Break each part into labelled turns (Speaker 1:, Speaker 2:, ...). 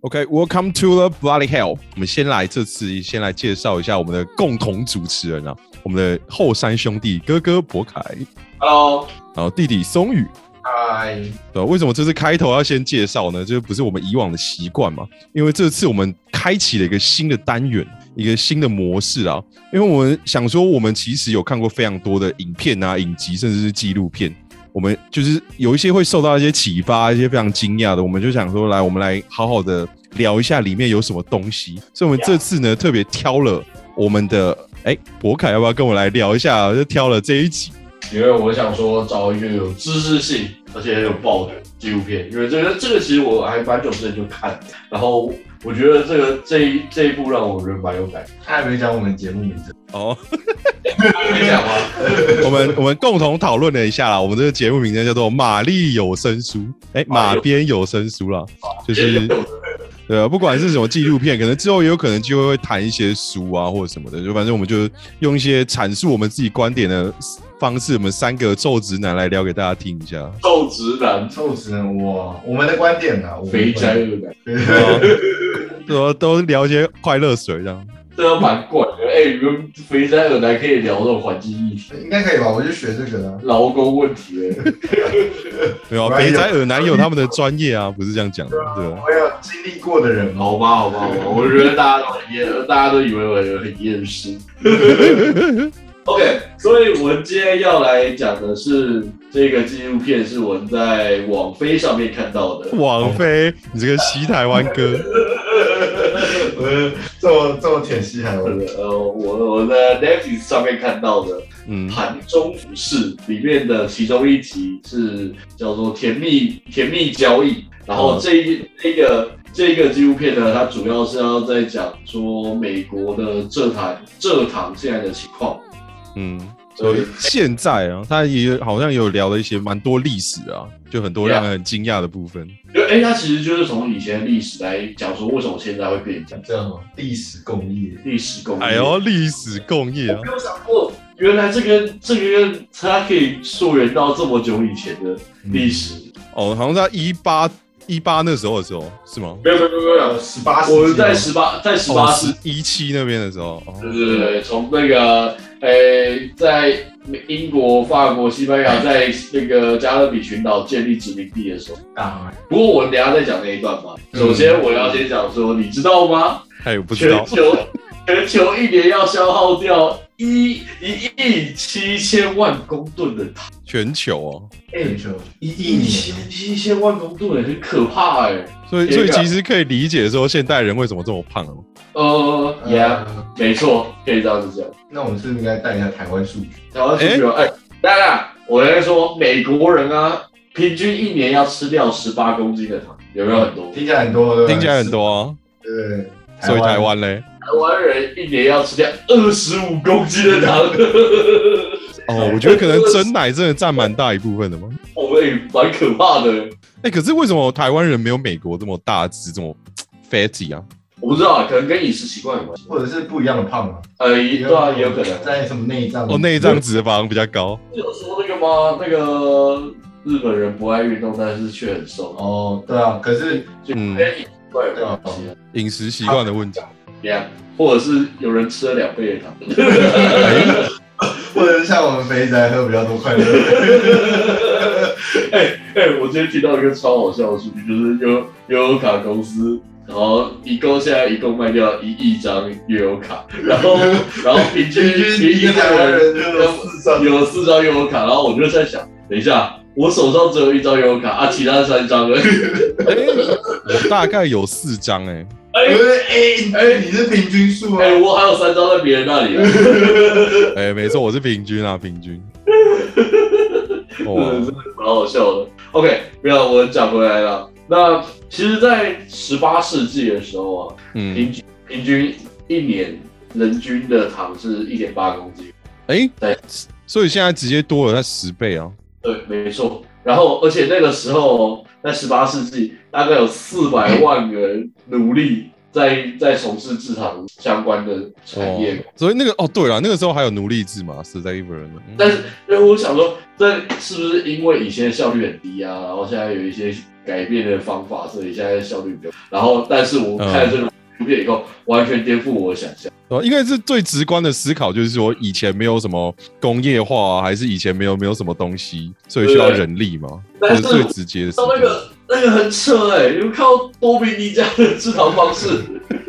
Speaker 1: OK，Welcome、to the bloody hell。我们先来这次先来介绍一下我们的共同主持人啊，我们的后山兄弟哥哥博凯，
Speaker 2: Hello，
Speaker 1: 然后弟弟松宇。
Speaker 2: 嗨，
Speaker 1: 对啊吧，为什么这次开头要先介绍呢？这不是我们以往的习惯嘛？因为这次我们开启了一个新的单元，一个新的模式啊。因为我们想说，我们其实有看过非常多的影片啊、影集，甚至是纪录片。我们就是有一些会受到一些启发，一些非常惊讶的，我们就想说，来，我们来好好的聊一下里面有什么东西。所以，我们这次呢，特别挑了我们的哎，博凯要不要跟我来聊一下啊？就挑了这一集。
Speaker 2: 因为我想说找一个有知识性而且很有爆的纪录片，因为这个这个其实我还蛮久之前就看，然后我觉得这个这一这一部让我觉得蛮有感。
Speaker 3: 他还没讲我们节目名字，
Speaker 1: 哦，
Speaker 2: 没讲吗？
Speaker 1: 我们我们共同讨论了一下啦，我们这个节目名称叫做《玛丽有声书》，哎，马边有声书啦，就是对啊，不管是什么纪录片，可能之后也有可能就会谈一些书啊或者什么的，就反正我们就用一些阐述我们自己观点的方式，我们三个臭直男来聊给大家听一 下。
Speaker 2: 臭直男，
Speaker 3: 臭死人！我我们的观点呢、啊，我们的
Speaker 2: 肥宅
Speaker 3: 观
Speaker 2: 的感觉，
Speaker 1: 对啊都都聊一些快乐水这样，
Speaker 2: 这个蛮怪的。哎、你们肥宅的男可以聊这种环境议题、
Speaker 3: 点，应该可以吧？我就学这个的啊。
Speaker 2: 劳工问题、哎
Speaker 1: 没有啊肥宅耳男有他们的专业啊，不是这样讲的，对啊
Speaker 3: 我有经历过的人
Speaker 2: 好
Speaker 3: 哦，
Speaker 2: 吧，好吧，好吧，我觉得大家都很厌，大家都以为我很厌世。OK，所以我们今天要来讲的是这个纪录片，是我在网飞上面看到的。
Speaker 1: 网飞，你这个西台湾哥。
Speaker 3: 呃，这么这么舔西海湾，
Speaker 2: 呃，我我在 Netflix 上面看到的
Speaker 1: 嗯
Speaker 2: 《盘中服饰》里面的其中一集是叫做甜蜜甜蜜交易，然后这一、这个这个纪录片呢，它主要是要在讲说美国的蔗糖蔗糖现在的情况。
Speaker 1: 嗯，
Speaker 2: 所
Speaker 1: 所
Speaker 2: 以
Speaker 1: 以现在啊，他也好像有聊了一些蛮多历史啊，就很多
Speaker 2: Yeah
Speaker 1: 让人很惊讶的部分。
Speaker 2: 就哎，它其实就是从以前的历史来讲说为什么现在会变成
Speaker 3: 这样吗？历史共业，
Speaker 2: 历史工业。
Speaker 1: 哎呦，历史共业啊
Speaker 2: 没，有想过，原来这个这个它可以溯源到这么久以前的
Speaker 3: 嗯
Speaker 2: 历史。
Speaker 1: 哦，好像在一八一八那时候的时候是吗？哦
Speaker 2: 没有没有没有没有，
Speaker 3: 啊
Speaker 2: 哦
Speaker 3: 十八世纪吗，
Speaker 2: 我们在十八在十八世纪，
Speaker 1: 一七那边的时候，
Speaker 2: 对
Speaker 1: 哦，
Speaker 2: 对对，从那个诶，在英国、法国、西班牙在那个加勒比群岛建立殖民地的时候。
Speaker 3: 大
Speaker 2: 不过我们等一下再讲那一段吧。
Speaker 3: 嗯
Speaker 2: 首先我要先讲说，你知道吗？
Speaker 1: 哎，我不知
Speaker 2: 全
Speaker 1: 道，
Speaker 2: 球全球一年要消耗掉一一亿七千万公吨的糖，
Speaker 1: 全球哦，
Speaker 2: 哎、
Speaker 3: 全球一亿
Speaker 2: 一
Speaker 3: 年
Speaker 2: 千，七千万公吨，很可怕哎、
Speaker 1: 所以
Speaker 2: 这
Speaker 1: 所以
Speaker 2: 个
Speaker 1: 其实可以理解说现代人为什么这么胖哦。
Speaker 2: 呃
Speaker 3: 呃
Speaker 2: ，Yeah，没错，可以这样子讲。
Speaker 3: 那我们是不是应该带一下台湾数据？
Speaker 2: 台湾数据，哎、当然，我在说美国人啊，平均一年要吃掉十八公斤的糖，有没有很多？
Speaker 3: 听起来很多，对不对
Speaker 1: 听起来很，多啊，
Speaker 3: 对，
Speaker 1: 所以台湾嘞，
Speaker 2: 台湾人一年要吃掉二十五公斤的糖，
Speaker 1: 哦，我觉得可能真奶真的占蛮大一部分的嘛。
Speaker 2: 我们也蛮可怕的。欸
Speaker 1: 哎，可是为什么台湾人没有美国这么大只，这么 fatty 啊？
Speaker 2: 我不知道，可能跟饮食习惯有关系。
Speaker 3: 或者是不一样的胖嘛，
Speaker 2: 呃，也对啊，也有可能。
Speaker 3: 在什么内脏？
Speaker 1: 哦，内脏脂肪比较高。
Speaker 2: 有说那个吗？那个日本人不爱运动，但是却很瘦。哦，
Speaker 3: 哦，对啊，可是
Speaker 2: 就
Speaker 1: 嗯
Speaker 2: 跟饮食习惯有关系啊。
Speaker 1: 饮食习惯的问题。
Speaker 2: 对啊，或者是有人吃了两倍的糖。
Speaker 3: 或者是像我们肥宅喝比较多快乐，
Speaker 2: 哎哎、我今天听到一个超好笑的数据，就是优优优卡公司，然后一共现在一共卖掉一亿张优优卡，然 后然后平均平均台湾人
Speaker 3: 四张
Speaker 2: 有四张优优卡，然后我就在想，等一下，我手上只有一张优优卡啊，其他三张 呢？
Speaker 1: 哎、我大概有四张哎、
Speaker 2: 哎
Speaker 3: 不是哎哎，你是平均数啊
Speaker 2: 哎、？我还有三张在别人那里、啊，
Speaker 1: 哎、没错，我是平均啊，平均。
Speaker 2: 嗯，
Speaker 1: 哦，
Speaker 2: 真的蛮好笑的。OK，没有，我讲回来了。那其实，在十八世纪的时候啊，
Speaker 1: 嗯，
Speaker 2: 平均平均一年人均的糖是一点八公斤，
Speaker 1: 哎、
Speaker 2: 对
Speaker 1: 所以现在直接多了它十倍啊。
Speaker 2: 对，没错。然后，而且那个时候哦在十八世纪，大概有四百万个奴隶在在从事制糖相关的产业。
Speaker 1: 哦，所以那个哦，对了，那个时候还有奴隶制嘛，死在一个人。嗯
Speaker 2: 但是，因为我想说，这是不是因为以前的效率很低啊？然后现在有一些改变的方法，所以现在效率比较。然后，但是我看了这个图片以后，完全颠覆我的想象。
Speaker 1: 对吧？应该是最直观的思考，就是说以前没有什么工业化、啊，还是以前没有没有什么东西，所以需要
Speaker 2: 对
Speaker 1: 人力嘛，这
Speaker 2: 但
Speaker 1: 是
Speaker 2: 是
Speaker 1: 最直接的思
Speaker 2: 到
Speaker 1: 考。
Speaker 2: 那个那个很扯哎、你们看到多米尼加的制糖方式，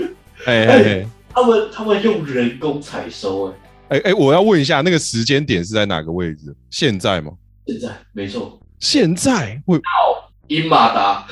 Speaker 1: 哎哎哎
Speaker 2: 他们他们用人工采收哎、
Speaker 1: 哎哎，我要问一下，那个时间点是在哪个位置？现在吗？
Speaker 2: 现在没错，
Speaker 1: 现在？我
Speaker 2: 因马达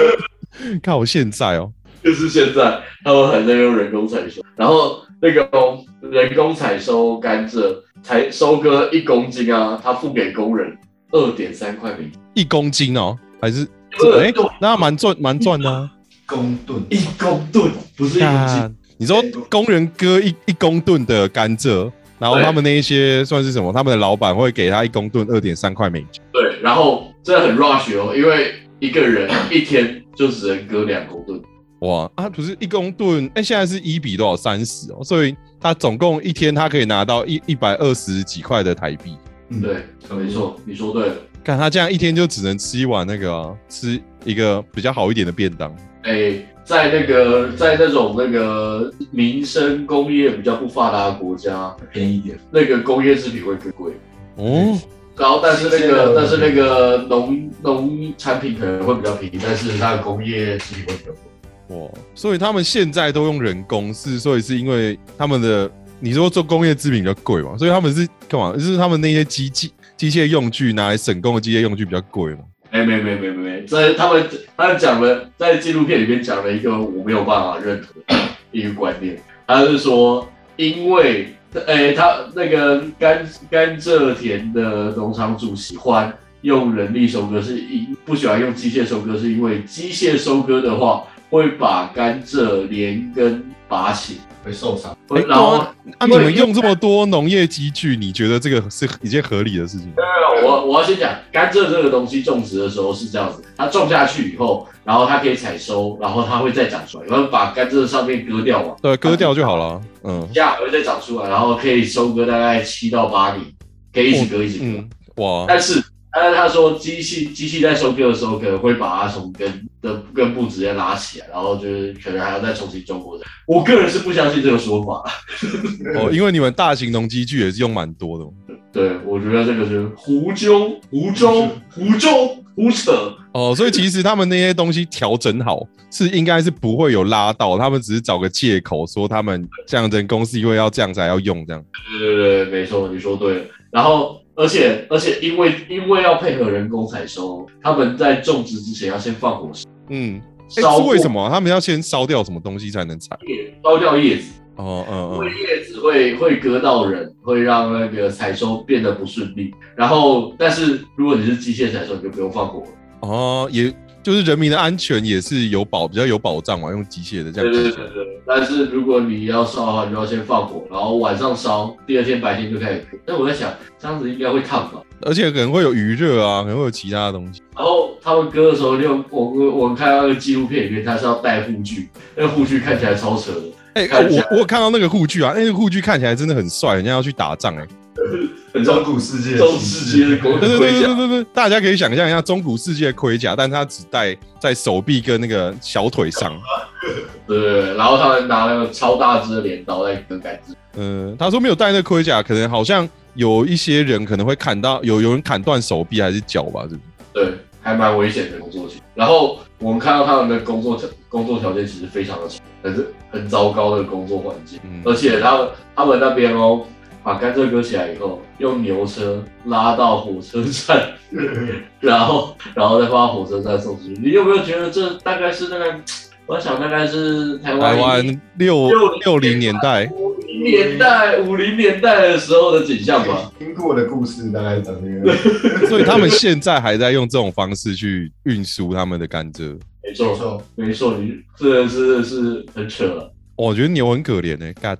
Speaker 1: 靠，我现在哦，
Speaker 2: 就是现在，他们还在用人工采收，然后那个哦人工采收甘蔗，才收割一公斤啊，他付给工人二点三块美金，
Speaker 1: 一公斤哦，还是
Speaker 2: 不
Speaker 1: 哎
Speaker 2: 是就，
Speaker 1: 那蛮赚蛮赚的啊。
Speaker 3: 公吨，
Speaker 2: 一公吨，不是一公斤。
Speaker 1: 干你说工人割一一公吨的甘蔗，然后
Speaker 2: 对
Speaker 1: 他们那一些算是什么？他们的老板会给他一公吨二点三块美金。
Speaker 2: 对，然后这很 rush 哦，因为一个人一天就只能割两公吨，
Speaker 1: 哇啊，不是一公吨，哎、现在是一比多少三十哦，所以他总共一天他可以拿到一一百二十几块的台币。
Speaker 3: 嗯，
Speaker 2: 对，没错，你说对了。
Speaker 1: 看他这样一天就只能吃一碗那个啊、吃一个比较好一点的便当。
Speaker 2: 哎，在那个在那种那个民生工业比较不发达的国家，
Speaker 3: 便宜一点，
Speaker 2: 那个工业制品会更贵。
Speaker 1: 哦，
Speaker 2: 然后，但是那
Speaker 3: 新鲜
Speaker 2: 个
Speaker 3: 的
Speaker 2: 但是那个农农产品可能会比较便宜，但是它的工业制品会比较贵。
Speaker 1: 哇，哦所以他们现在都用人工，是所以是因为他们的你说做工业制品比较贵嘛，所以他们是干嘛？就是他们那些机器机械用具拿来省工的机械用具比较贵嘛。
Speaker 2: 没没没没没没，在他们他们讲了，在纪录片里面讲了一个我没有办法认同的一个观念，他是说，因为诶、他那个甘甘蔗田的农场主喜欢用人力收割，是因不喜欢用机械收割，是因为机械收割的话会把甘蔗连根拔起，
Speaker 3: 会受伤。
Speaker 1: 哎
Speaker 2: 然后。
Speaker 1: 啊，你们用这么多农业机具，你觉得这个是一件合理的事情吗？
Speaker 2: 我我要先讲甘蔗这个东西种植的时候是这样子，它种下去以后，然后它可以采收，然后它会再长出来，然后把甘蔗上面割掉嘛，
Speaker 1: 对，啊割掉就好了。嗯
Speaker 2: 下还会再长出来，然后可以收割大概七到八米，可以一直割一直割。
Speaker 1: 嗯， 哇，
Speaker 2: 但是但是他说机器机器在收割的时候可能会把它从根的根部直接拉起来，然后就是可能还要再重新种过的。我个人是不相信这个说法，
Speaker 1: 哦，因为你们大型农机具也是用蛮多的嘛
Speaker 2: 对我觉得这个是胡诌、胡诌、胡诌、胡扯。
Speaker 1: 哦，所以其实他们那些东西调整好是应该是不会有拉到，他们只是找个借口说他们这样人工是因为要这样才要用这样。
Speaker 2: 对对对，没错，你说对了。然后，而且而且，因为因为要配合人工采收，他们在种植之前要先放火
Speaker 1: 嗯，哎、
Speaker 2: 烧
Speaker 1: 是
Speaker 2: 过
Speaker 1: 为什么啊、他们要先烧掉什么东西才能采？
Speaker 2: 叶，烧掉叶子，
Speaker 1: 哦，
Speaker 2: 因
Speaker 1: 嗯
Speaker 2: 为
Speaker 1: 嗯，
Speaker 2: 叶子会会割到人，会让那个采收变得不顺利。然后，但是如果你是机械采收，你就不用放火了。
Speaker 1: 哦，也就是人民的安全也是有保比较有保障嘛，用机械的这
Speaker 2: 对
Speaker 1: 样
Speaker 2: 对
Speaker 1: 机
Speaker 2: 对
Speaker 1: 械。
Speaker 2: 对。但是如果你要烧的话，你就要先放火，然后晚上烧，第二天白天就开始割。但我在想，这样子应该会烫吧？
Speaker 1: 而且可能会有余热啊，可能会有其他的东西。
Speaker 2: 然后他们割的时候，用我我我看到那个纪录片里面，他是要戴护具，那个护具看起来超扯的。
Speaker 1: 哎、
Speaker 2: 看起来
Speaker 1: 我我有看到那个护具啊，那个护具看起来真的很帅，人家要去打仗哎、
Speaker 2: 很
Speaker 3: 中
Speaker 2: 像
Speaker 3: 古世界，
Speaker 2: 中世界的国
Speaker 1: 对对对
Speaker 2: 盔
Speaker 1: 对
Speaker 2: 甲，
Speaker 1: 对对，大家可以想象一下中古世界的盔甲，但它只戴在手臂跟那个小腿上。
Speaker 2: 对对对，然后他们拿那个超大只的镰刀在割杆子，
Speaker 1: 嗯，他说没有戴那个盔甲，可能好像有一些人可能会砍到，有有人砍断手臂还是脚吧，是不是？
Speaker 2: 对，还蛮危险的工作然后我们看到他们的工作条工作条件其实非常的差，很是很糟糕的工作环境，
Speaker 1: 嗯，
Speaker 2: 而且他们他们那边哦，把甘蔗割起来以后，用牛车拉到火车站， 然后然后再放到火车站送出去。你有没有觉得这大概是那个？我想大概是台
Speaker 1: 台
Speaker 2: 湾
Speaker 1: 湾六六零年代，
Speaker 2: 五零年代五零年代的时候的景象 吧。
Speaker 3: 听过的故事大概是长这个样子。
Speaker 1: 所以他们现在还在用这种方式去运输他们的甘蔗。
Speaker 2: 没
Speaker 3: 没
Speaker 2: 错，
Speaker 3: 错，
Speaker 2: 没错，你这是是很扯了。
Speaker 1: 哦我觉得牛很可怜哎、干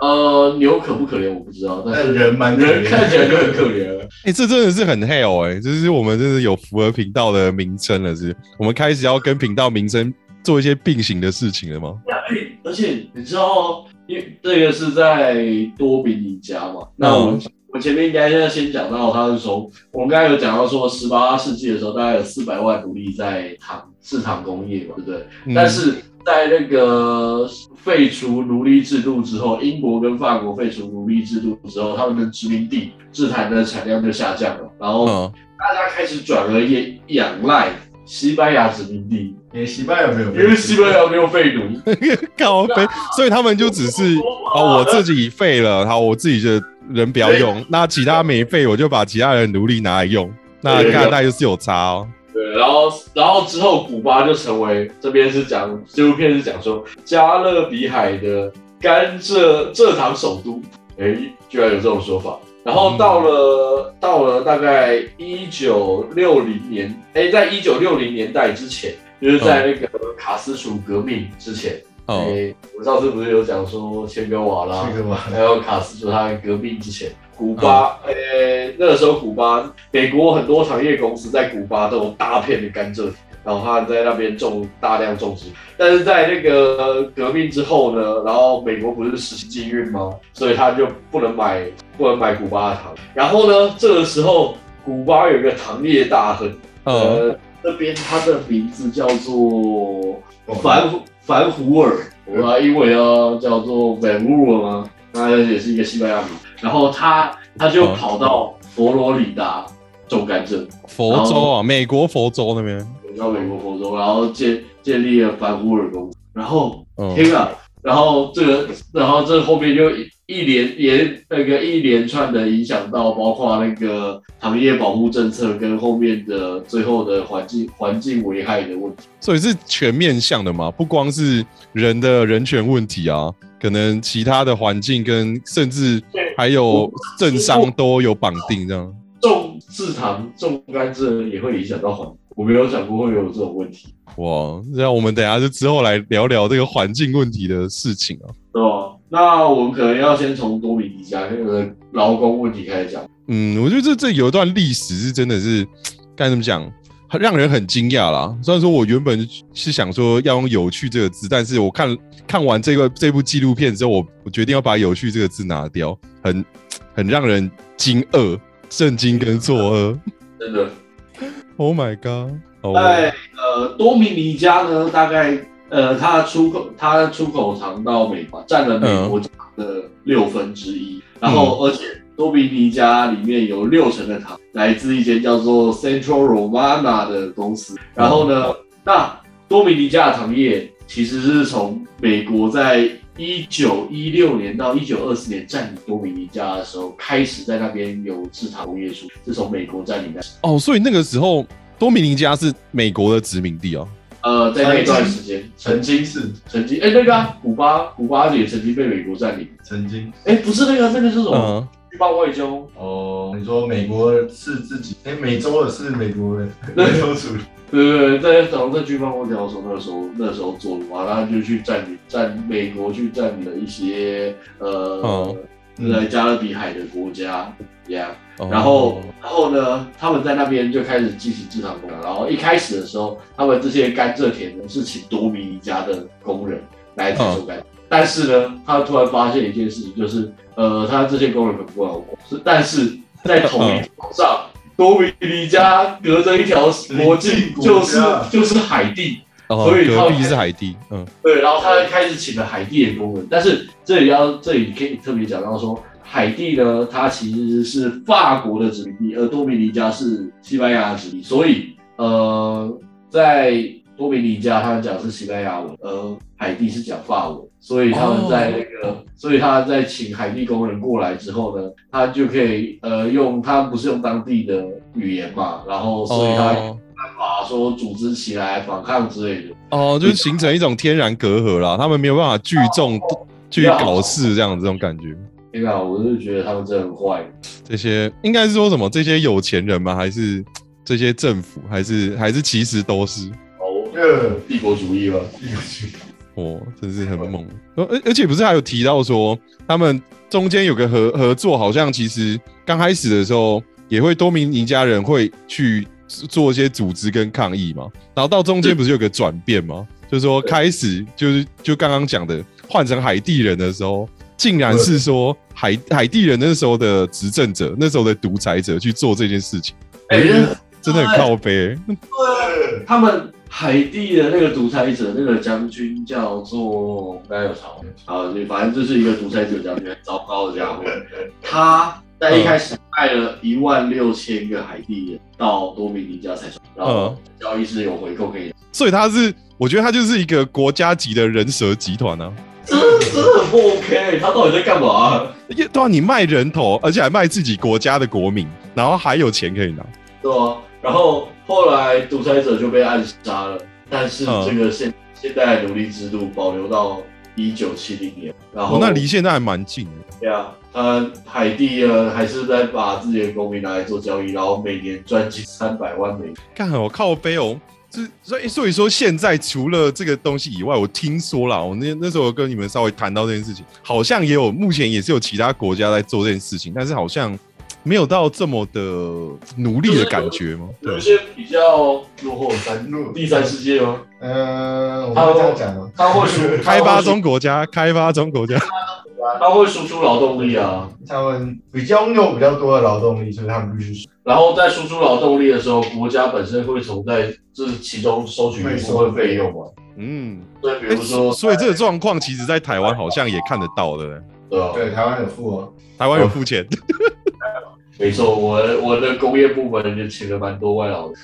Speaker 2: 呃，牛可不可怜我不知道，但
Speaker 3: 但
Speaker 2: 是
Speaker 3: 人蛮可
Speaker 2: 人
Speaker 3: 怜
Speaker 2: 看
Speaker 3: 的，
Speaker 2: 起来就很可怜了。
Speaker 1: 哎、这真的是很 hell 哎、就是我们真的有符合频道的名称了是不是我们开始要跟频道名称做一些并行的事情了吗？嗯
Speaker 2: 而且你知道，因为这个是在多比尼加嘛，那我们我们前面应该要先讲到，他是从我们刚才有讲到说，十八世纪的时候，大概有四百万奴隶在糖制糖工业嘛，对不对？
Speaker 1: 嗯
Speaker 2: 但是在那个废除奴隶制度之后，英国跟法国废除奴隶制度之后，他们的殖民地制糖的产量就下降了，然后
Speaker 1: 嗯，
Speaker 2: 大家开始转而也仰赖西班牙殖民地，
Speaker 3: 连西班牙没有，
Speaker 2: 因为西班牙没有废奴，
Speaker 1: 靠背，所以他们 就只是啊，我自己废了，好，我自己的人不要用，那其他没废，我就把其他人奴隶拿来用，那
Speaker 2: 对
Speaker 1: 加拿大就是有差哦。
Speaker 2: 对，然后然后之后古巴就成为这边是讲纪录片是讲说加勒比海的甘蔗蔗糖首都，诶，居然有这种说法。然后到了、到了大概一九六零年，诶，在一九六零年代之前，就是在那个卡斯楚革命之前，
Speaker 1: 哦，
Speaker 2: 诶，我上次不是有讲说切格瓦拉，
Speaker 3: 这个嘛，
Speaker 2: 还有卡斯楚他们革命之前，古巴，呃、那个时候古巴，美国很多糖业公司在古巴都有大片的甘蔗田，然后他们在那边种大量种植。但是在那个呃革命之后呢，然后美国不是实行禁运吗？所以他就不能买不能买古巴的糖。然后呢，这个时候古巴有一个糖业大亨，
Speaker 1: 嗯，
Speaker 2: 呃，这边他的名字叫做
Speaker 3: 哦
Speaker 2: 凡胡凡胡尔，我把英文要叫做 Van u r 吗？那也是一个西班牙名。然后他他就
Speaker 1: 哦
Speaker 2: 跑到佛罗里达种甘蔗，
Speaker 1: 佛州啊，美国佛州那边，
Speaker 2: 回到美国佛州，然后建建立了凡胡尔公司。然后
Speaker 1: 嗯
Speaker 2: 天啊！然后这个，然后这后面就一一连连那个一连串的影响到，包括那个糖业保护政策跟后面的最后的环境环境危害的问题。
Speaker 1: 所以是全面向的嘛，不光是人的人权问题啊，可能其他的环境跟甚至还有政商都有绑定这样。
Speaker 2: 种制糖、种甘蔗也会影响到环境，我没有想过会有这种问题，
Speaker 1: 哇，那我们等一下就之后来聊聊这个环境问题的事情啊。
Speaker 2: 对吧？那我们可能要先从多米尼加那个劳工问题开始讲。
Speaker 1: 嗯，我觉得这这有一段历史是真的是该怎么讲，很让人很惊讶啦。虽然说我原本是想说要用“有趣”这个字，但是我看看完这个这部纪录片之后，我我决定要把“有趣”这个字拿掉，很很让人惊愕、震惊跟错愕。
Speaker 2: 真的，
Speaker 1: Oh my god！哦，
Speaker 2: 在呃多米尼加呢，大概呃它出口它出口糖到美国，占了美国的六分之一。然后而且多米尼加里面有六成的糖来自一间叫做 Central Romana 的公司。然后呢，那多米尼加的糖业其实是从美国在一九一六年到一九二四年占领多米尼加的时候，开始在那边有制糖工业出，是从美国占领的。
Speaker 1: 哦，所以那个时候多米尼加是美国的殖民地哦。
Speaker 2: 呃，在那一段时间，曾经
Speaker 3: 是
Speaker 2: 曾经，哎、那个、啊、古巴，古巴也曾经被美国占领。
Speaker 3: 曾经
Speaker 2: 哎、不是那个，那个是哦什么？
Speaker 1: 嗯，
Speaker 2: 巨霸外交。
Speaker 3: 哦，你说美国是自己，哎，美洲的是美国人，
Speaker 2: 对
Speaker 3: 美洲属于
Speaker 2: 对对对，在好像在巨霸外交的时候，那个时候那时候做的嘛，然后他就去占领占美国去占领了一些呃
Speaker 1: 哦，
Speaker 2: 在、加勒比海的国家呀。
Speaker 1: 哦
Speaker 2: 然后然后呢，他们在那边就开始进行制糖工厂。然后一开始的时候，他们这些甘蔗田呢是请多米尼加的工人来制作甘蔗。但是呢，他突然发现一件事情，就是呃，他这些工人很不好过，是但是在同一岛上，多米尼加隔着一条国境，就是就是海地。
Speaker 1: 哦，
Speaker 2: 所以他
Speaker 1: 隔
Speaker 2: 们
Speaker 1: 壁是海地，嗯，
Speaker 2: 对，然后他开始请了海地的工人，但是这里要这里可以特别讲到说，海地呢，它其实是法国的殖民地，而多米尼加是西班牙的殖民地，所以呃，在多米尼加他们讲是西班牙文，而海地是讲法文，所以他们在那个，所以他在请海地工人过来之后呢，他就可以呃用他不是用当地的语言嘛，然后所以他有
Speaker 1: 哦
Speaker 2: 办法说组织起来反抗之类的。
Speaker 1: 哦，就是形成一种天然隔阂啦，他们没有办法聚众去搞事，这样这种感觉。
Speaker 2: 天啊，我是觉得他们真的很坏。
Speaker 1: 这些应该是说什么？这些有钱人吗？还是这些政府？还是还是其实都是？
Speaker 2: 哦，
Speaker 3: 呃，
Speaker 2: 帝国主义吧。
Speaker 3: 一个区
Speaker 1: 哦，真是很猛。而而而且不是还有提到说，他们中间有个合合作，好像其实刚开始的时候也会多米尼加人会去做一些组织跟抗议嘛，然后到中间不是有个转变吗？就是说开始就是就刚刚讲的换成海地人的时候，竟然是说海海地人那时候的执政者，那时候的独裁者去做这件事情，
Speaker 2: 哎、
Speaker 1: 我觉得
Speaker 2: 那
Speaker 1: 真的很靠背、
Speaker 2: 他们海地的那个独裁者，那个将军叫做该有朝啊，就反正就是一个独裁者将军，很糟糕的家伙。他在一开始派了一万六千个海地人到多米尼加采收，然
Speaker 1: 嗯
Speaker 2: 后交易是有回扣给你，
Speaker 1: 所以他是，我觉得他就是一个国家级的人蛇集团啊！
Speaker 2: 真的真的很不 OK。他到底在干嘛、
Speaker 1: 也对啊，你卖人头，而且还卖自己国家的国民，然后还有钱可以拿。
Speaker 2: 对啊，然后后来独裁者就被暗杀了，但是
Speaker 1: 嗯
Speaker 2: 这个现、现代的奴隶制度保留到一九七零年，然后、
Speaker 1: 哦，那离现在还蛮近的。
Speaker 2: 对啊，他海地呢还是在把自己的公民拿来做交易，然后每年赚进三百万美元。
Speaker 1: 干，我靠背哦。这所以所以说，现在除了这个东西以外，我听说啦，我那那时候有跟你们稍微谈到这件事情，好像也有目前也是有其他国家在做这件事情，但是好像没有到这么的奴隶的感觉吗？
Speaker 2: 有
Speaker 1: 对
Speaker 2: 一，些比较
Speaker 3: 落后三路。
Speaker 2: 第三世界吗？
Speaker 3: 嗯，我们这样讲吗？
Speaker 2: 他会输
Speaker 1: 开发，中国家，开发中国家，
Speaker 2: 他会输出劳动力啊，
Speaker 3: 他们比较拥有比较多的劳动力，所以他们必须
Speaker 2: 然后在输出劳动力的时候，国家本身会从在这其中收取一部分费用嘛。
Speaker 1: 嗯，
Speaker 2: 所以比如说，
Speaker 1: 诶所以这个状况其实在台湾好像也看得到的，
Speaker 2: 对啊，
Speaker 3: 对台湾有富哦。
Speaker 1: 台湾有付钱，
Speaker 2: 没错，我我的工业部门也请了蛮多外劳的。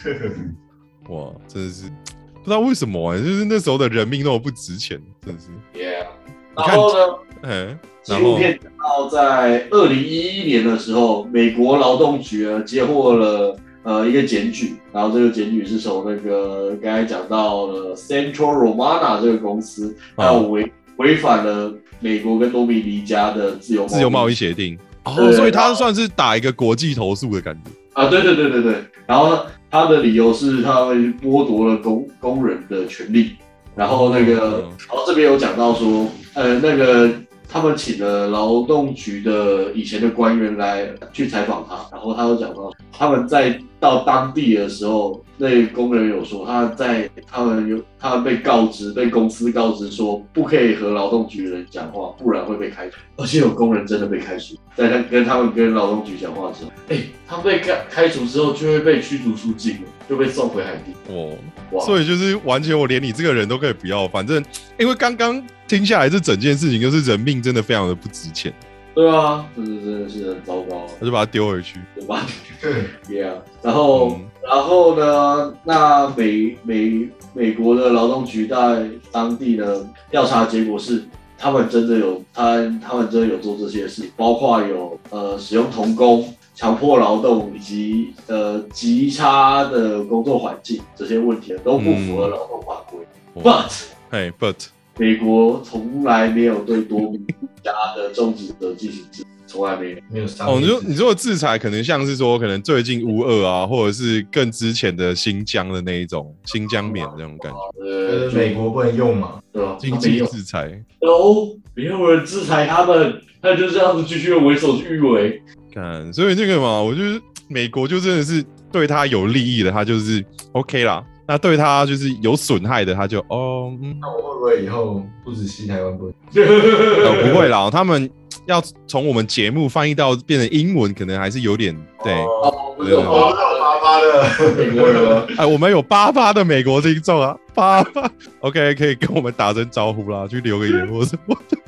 Speaker 1: 哇，真的是不知道为什么、欸，就是那时候的人命那么不值钱，真的是，
Speaker 2: Yeah，
Speaker 1: 你
Speaker 2: 然
Speaker 1: 看
Speaker 2: 后呢？
Speaker 1: 哎、
Speaker 2: 纪
Speaker 1: 然
Speaker 2: 录
Speaker 1: 后
Speaker 2: 片讲到，在二零一一年的时候，美国劳动局呢接获了呃一个检举，然后这个检举是从那个刚才讲到了 Central Romana 这个公司，它
Speaker 1: 啊
Speaker 2: 违违反了美国跟多米尼加的自由贸易
Speaker 1: 自由贸易协定。哦，
Speaker 2: 对
Speaker 1: 所以他
Speaker 2: 然后
Speaker 1: 算是打一个国际投诉的感觉。
Speaker 2: 啊，对对对对对，然后他的理由是他们剥夺了工工人的权利，然后那个，
Speaker 1: 嗯
Speaker 2: 然后这边有讲到说，呃，那个他们请了劳动局的以前的官员来去采访他，然后他有讲到他们在到当地的时候，那个工人有说他在他们有他们被告知被公司告知说不可以和劳动局的人讲话，不然会被开除，而且有工人真的被开除，在他跟他们跟劳动局讲话之后，哎、他被开开除之后就会被驱逐出境了，就被送回海地，
Speaker 1: 哦，
Speaker 2: 哇，
Speaker 1: 所以就是完全我连你这个人都可以不要，反正因为刚刚听下来，这整件事情就是人命真的非常的不值钱，
Speaker 2: 对啊，真的真的是很糟糕，啊
Speaker 1: 他就把它丢回去。
Speaker 2: 对吧？
Speaker 3: 对，
Speaker 2: Yeah，然后、
Speaker 1: 嗯
Speaker 2: 然后呢？那美美美国的劳动局在当地呢调查结果是，他们真的有他他们真的有做这些事情，包括有呃使用童工、强迫劳动以及呃极差的工作环境这些问题都不符合
Speaker 1: 嗯
Speaker 2: 劳动法规。
Speaker 1: 哦
Speaker 2: But
Speaker 1: 嘿，But
Speaker 2: 美国从来没有对多米尼加的种植者进行制裁，从来没有。
Speaker 3: 没有商
Speaker 1: 哦，
Speaker 3: 业
Speaker 1: 你
Speaker 3: 制
Speaker 1: 说你说的制裁可能像是说，可能最近乌二啊，或者是更之前的新疆的那一种新疆棉那种感觉，
Speaker 3: 就
Speaker 2: 呃，
Speaker 3: 是美国不能用嘛，
Speaker 2: 对吧？
Speaker 1: 经
Speaker 2: 没
Speaker 1: 济
Speaker 2: 有。
Speaker 1: 制裁。
Speaker 2: 都没有人制裁他们，他就这样子继续为所欲为。
Speaker 1: 看，所以这个嘛，我就是美国就真的是对他有利益的，他就是 OK 啦。那对他就是有损害的，他就哦，嗯，
Speaker 3: 那我会不会以后不止西台湾不能？
Speaker 1: 呃不会啦，他们要从我们节目翻译到变成英文，可能还是有点对。哎、
Speaker 2: 哦，不是
Speaker 1: 对
Speaker 2: 我
Speaker 1: 啊
Speaker 3: 我知道巴巴的，
Speaker 2: 美国人
Speaker 3: 啊
Speaker 2: 吗？
Speaker 1: 哎我们有八八的美国听众啊，八八 OK 可以跟我们打声招呼啦，去留个言或什么 的。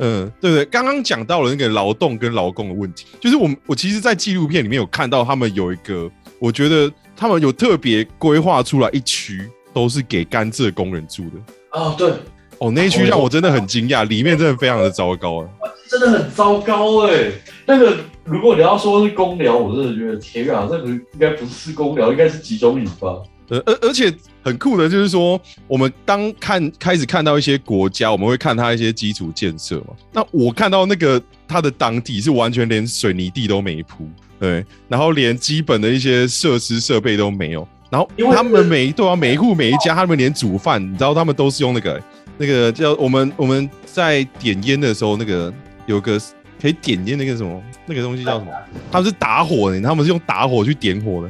Speaker 1: 嗯，对不对？刚刚讲到了那个劳动跟劳工的问题，就是我们我其实，在纪录片里面有看到他们有一个，我觉得他们有特别规划出来一区都是给甘蔗工人住的。
Speaker 2: 啊，对，
Speaker 1: 哦，那一区让我真的很惊讶，里面真的非常的糟糕啊。
Speaker 2: 真的很糟糕哎、那个，如果你要说是公疗，我真的觉得天啊，这个应该不是公疗，应该是集中营吧？
Speaker 1: 呃，而而且很酷的就是说，我们当看开始看到一些国家，我们会看它一些基础建设嘛。那我看到那个它的当地是完全连水泥地都没铺，对，然后连基本的一些设施设备都没有。然后
Speaker 2: 因为
Speaker 1: 他们每一对啊，每一户每一家，他们连煮饭，你知道他们都是用那个那个叫我们我们在点烟的时候，那个有个可以点烟那个什么那个东西叫什么？他们是打火的，他们是用打火去点火的，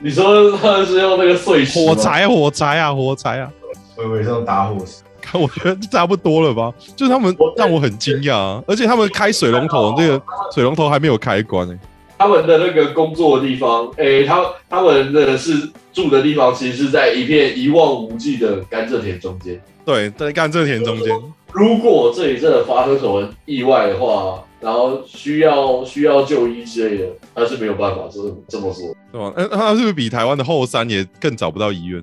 Speaker 2: 你说他是用那个碎石吗
Speaker 1: 火，柴火柴啊火柴啊！
Speaker 3: 我以为是那种打火石，
Speaker 1: 看我觉得差不多了吧？就是他们让我很惊讶、啊，而且他们开水龙头，这个水龙头还没有开关欸呢、
Speaker 2: 他们的那个工作的地方，诶、他他们的是住的地方，其实是在一片一望无际的甘蔗田中间。
Speaker 1: 对，在甘蔗田中间，
Speaker 2: 如果这里真的发生什么意外的话，然后需要需要就医之类的，那是没有办法，这是这么说
Speaker 1: 对吧？嗯，他是不是比台湾的后山也更找不到医院？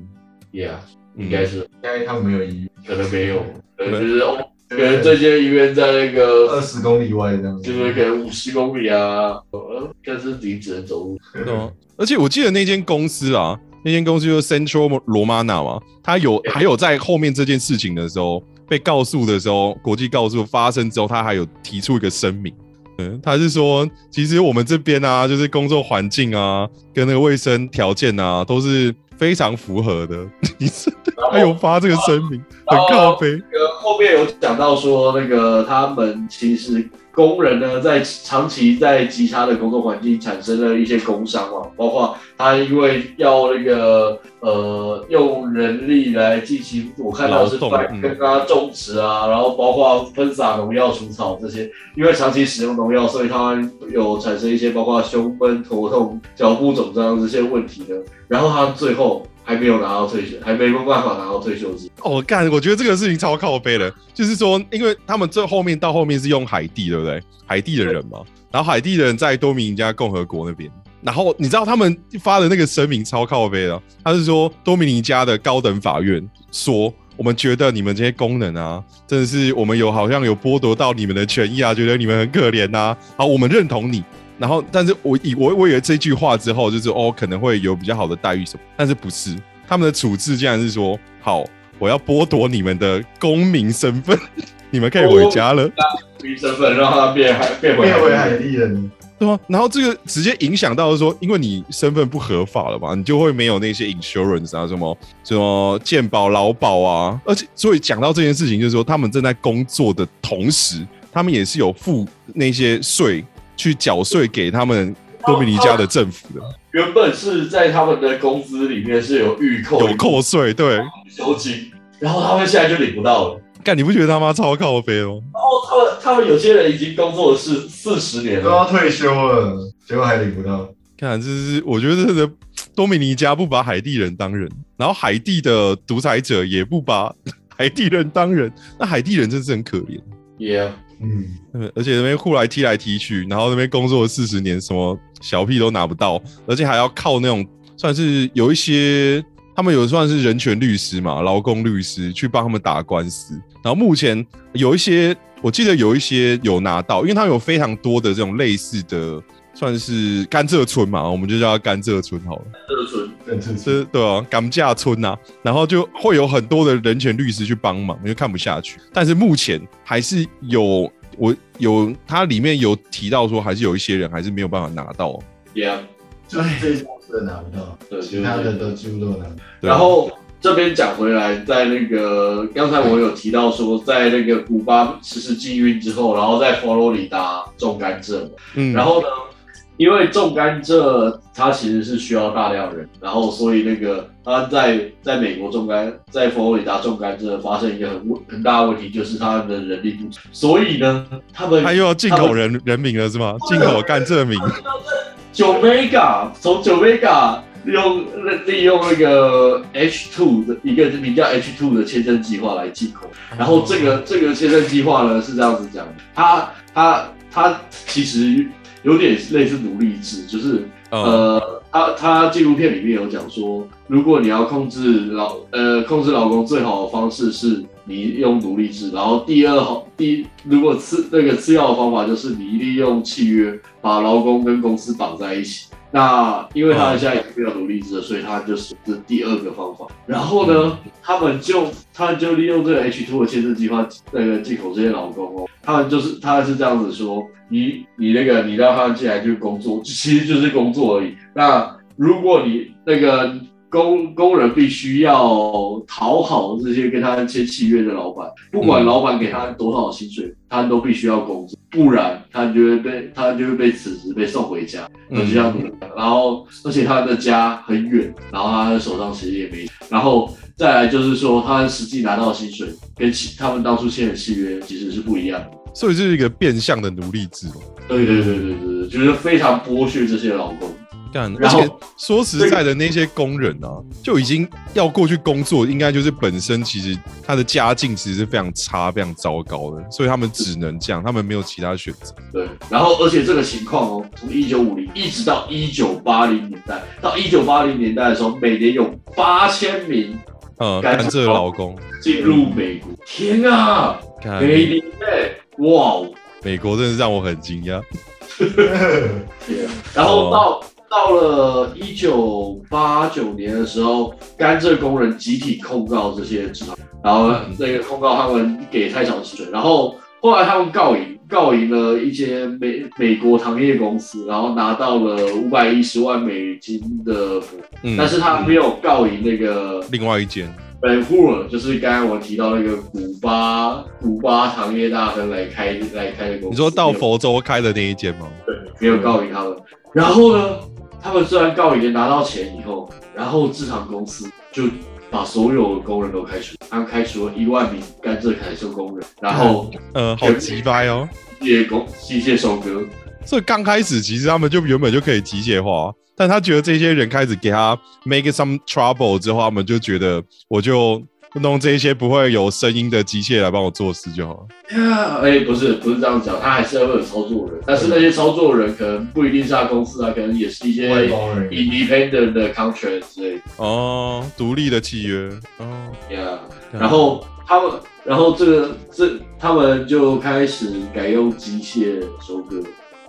Speaker 2: ，Yeah，
Speaker 1: 嗯
Speaker 2: 应该是、
Speaker 3: 应该他们没有医院，
Speaker 2: 可能没有，可能
Speaker 1: 对
Speaker 2: 就是哦，可能这些医院在那个
Speaker 3: 二十公里外这样子，
Speaker 2: 就是可能五十公里啊，呃，但是你只能走路。
Speaker 1: 对吗？而且我记得那间公司啊，那间公司就是 Central Romana 嘛，它有还有在后面这件事情的时候被告诉的时候，国际告诉发生之后，他还有提出一个声明。嗯，他是说，其实我们这边啊，就是工作环境啊，跟那个卫生条件啊，都是非常符合的。 你是他有发这个声明，很靠背。
Speaker 2: 呃，后面有讲到说，那个他们其实工人呢，在长期在其他的工作环境产生了一些工伤嘛，包括他因为要那个呃用人力来进行，我看到是
Speaker 1: 劳动
Speaker 2: 在
Speaker 1: 嗯
Speaker 2: 跟他种植啊，然后包括喷洒农药、除草这些，因为长期使用农药，所以他有产生一些包括胸闷、头痛、脚部肿胀这些问题的，然后他最后还没有拿到退休，还没有办法拿到退休金。
Speaker 1: 哦，干，我觉得这个事情超靠背的，就是说，因为他们最后面到后面是用海地，对不对？海地的人嘛，然后海地的人在多米尼加共和国那边，然后你知道他们发的那个声明超靠背的，他是说多米尼加的高等法院说。我们觉得你们这些工人啊，真的是我们有好像有剥夺到你们的权益啊，觉得你们很可怜呐、好，我们认同你。然后，但是我以我我以为这句话之后就是哦，可能会有比较好的待遇什么，但是不是？他们的处置竟然是说，好，我要剥夺你们的公民身份， 你们可以回家了，
Speaker 2: 民身份，让他变海变回
Speaker 3: 变回海
Speaker 2: 地。
Speaker 3: 地人，
Speaker 1: 对吗？然后这个直接影响到说，因为你身份不合法了嘛，你就会没有那些 insurance 啊，什么什么健保、劳保啊，而且所以讲到这件事情，就是说他们正在工作的同时，他们也是有付那些税去缴税给他们多米尼加的政府的，
Speaker 2: 原本是在他们的工资里面是有预扣
Speaker 1: 有扣税，对。
Speaker 2: 退休金，然后他们现在就领不到了。
Speaker 1: 干，你不觉得他妈超靠背哦吗？
Speaker 2: 然后他们他们有些人已经工作了四四十年
Speaker 3: 都
Speaker 2: 了，
Speaker 3: 要退休了，结果还领不到，
Speaker 1: 看，这是我觉得这个多米尼加不把海地人当人，然后海地的独裁者也不把 海地人当人，那海地人真是很可怜。
Speaker 2: 也、
Speaker 3: 嗯，
Speaker 1: 嗯而且那边互来踢来踢去，然后那边工作了四十年，什么小屁都拿不到，而且还要靠那种算是有一些他们有算是人权律师嘛，劳工律师去帮他们打官司。然后目前有一些，我记得有一些有拿到，因为他们有非常多的这种类似的，算是甘蔗村嘛，我们就叫它甘蔗村好了。
Speaker 2: 这存
Speaker 3: 更自
Speaker 1: 这
Speaker 3: 私，
Speaker 1: 对啊，港架村呐、然后就会有很多的人权律师去帮忙，因为看不下去。但是目前还是有我有它里面有提到说，还是有一些人还是没有办法拿到。
Speaker 2: 也、
Speaker 3: 就是这一种是拿不到，
Speaker 2: 对，就
Speaker 3: 其
Speaker 2: 是
Speaker 3: 他的都几乎都拿不到，
Speaker 1: 对啊
Speaker 2: 然后这边讲回来，在那个刚才我有提到说，在那个古巴实施禁运之后，然后在佛罗里达种甘蔗嘛
Speaker 1: 嗯，
Speaker 2: 然后呢，因为种甘蔗它其实是需要大量人，然后所以那个它在在美国种甘，在佛罗里达种甘蔗发生一个很问很大的问题，就是他们的人力不足，所以呢，他们
Speaker 1: 他又要进口人人民了是吗？进
Speaker 2: 啊
Speaker 1: 口甘蔗民，
Speaker 2: 九 mega 从九 mega 用利用那个 H two 的一个名叫 H two 的签证计划来进口，然后这个这个签证计划呢是这样子讲的，它它它其实有点类似奴隶制，就是
Speaker 1: 嗯，
Speaker 2: 呃，他他纪录片里面有讲说，如果你要控制老呃控制老公，最好的方式是你用奴隶制，然后第二好第如果次那个次要的方法就是你利用契约把劳工跟公司绑在一起。那因为他现在已经没有奴隶制了，所以他就是这第二个方法。然后呢，他们就他们就利用这个 H two 的签证计划，那个进口这些劳工哦，他们就是他是这样子说，你你那个你让他们进来就是工作，其实就是工作而已。那如果你那个工工人必须要讨好这些跟他签契约的老板，不管
Speaker 1: 嗯
Speaker 2: 老板给他多少薪水，他都必须要工作，不然他就会被他就会被辞职，被送回家。就
Speaker 1: 嗯
Speaker 2: 像你，然后而且他的家很远，然后他的手上其实也没，然后再来就是说，他实际拿到的薪水跟其他们当初签的契约其实是不一样的。
Speaker 1: 所以这是一个变相的奴隶制嘛。
Speaker 2: 对对对对对，对就是非常剥削这些劳工。
Speaker 1: 干，而
Speaker 2: 然后
Speaker 1: 且说实在的，那些工人啊，就已经要过去工作，应该就是本身其实他的家境其实是非常差、非常糟糕的，所以他们只能这样，他们没有其他选择。
Speaker 2: 对，然后而且这个情况哦，从一九五零一直到一九八零年代，到一九八零年代的时候，每年有八千名
Speaker 1: 嗯，
Speaker 2: 干
Speaker 1: 干这个老公，
Speaker 2: 进入美国。天啊，
Speaker 1: 看
Speaker 2: 每年哎，哇哦！
Speaker 1: 美国真的让我很惊讶。
Speaker 2: 天啊然后到、到了一九八九年的时候，甘蔗工人集体控告这些职场，然后
Speaker 1: 嗯
Speaker 2: 那个控告他们给太少薪水，然后后来他们告赢，告赢了一些美美国糖业公司，然后拿到了五百一十万美金的补偿，
Speaker 1: 嗯，
Speaker 2: 但是他没有告赢那个
Speaker 1: 另外一间，
Speaker 2: 本库尔，就是刚才我提到那个古巴古巴糖业大亨来开来开的公司，
Speaker 1: 你说到佛州开的那一间吗？
Speaker 2: 没有告赢他们。然后呢，他们虽然告赢了拿到钱以后，然后制糖公司就把所有的工人都开除，他们开除了一万名甘蔗采收工人，然后
Speaker 3: 嗯
Speaker 1: 呃，好鸡掰哦。
Speaker 2: 机械工机械收割。
Speaker 1: 所以刚开始其实他们就原本就可以机械化，但他觉得这些人开始给他 make some trouble 之后，他们就觉得我就弄这些不会有声音的机械来帮我做事就好了。
Speaker 2: 呀，哎，不是不是这样讲，他还是会有操作人，但是那些操作人可能不一定是他公司啊，可能也是一些
Speaker 3: 外包人
Speaker 2: independent 的 contract 之类的。
Speaker 1: 哦，独立的契约。哦，
Speaker 2: 呀
Speaker 3: 啊
Speaker 2: 然后他们，然后这个这他们就开始改用机械收割，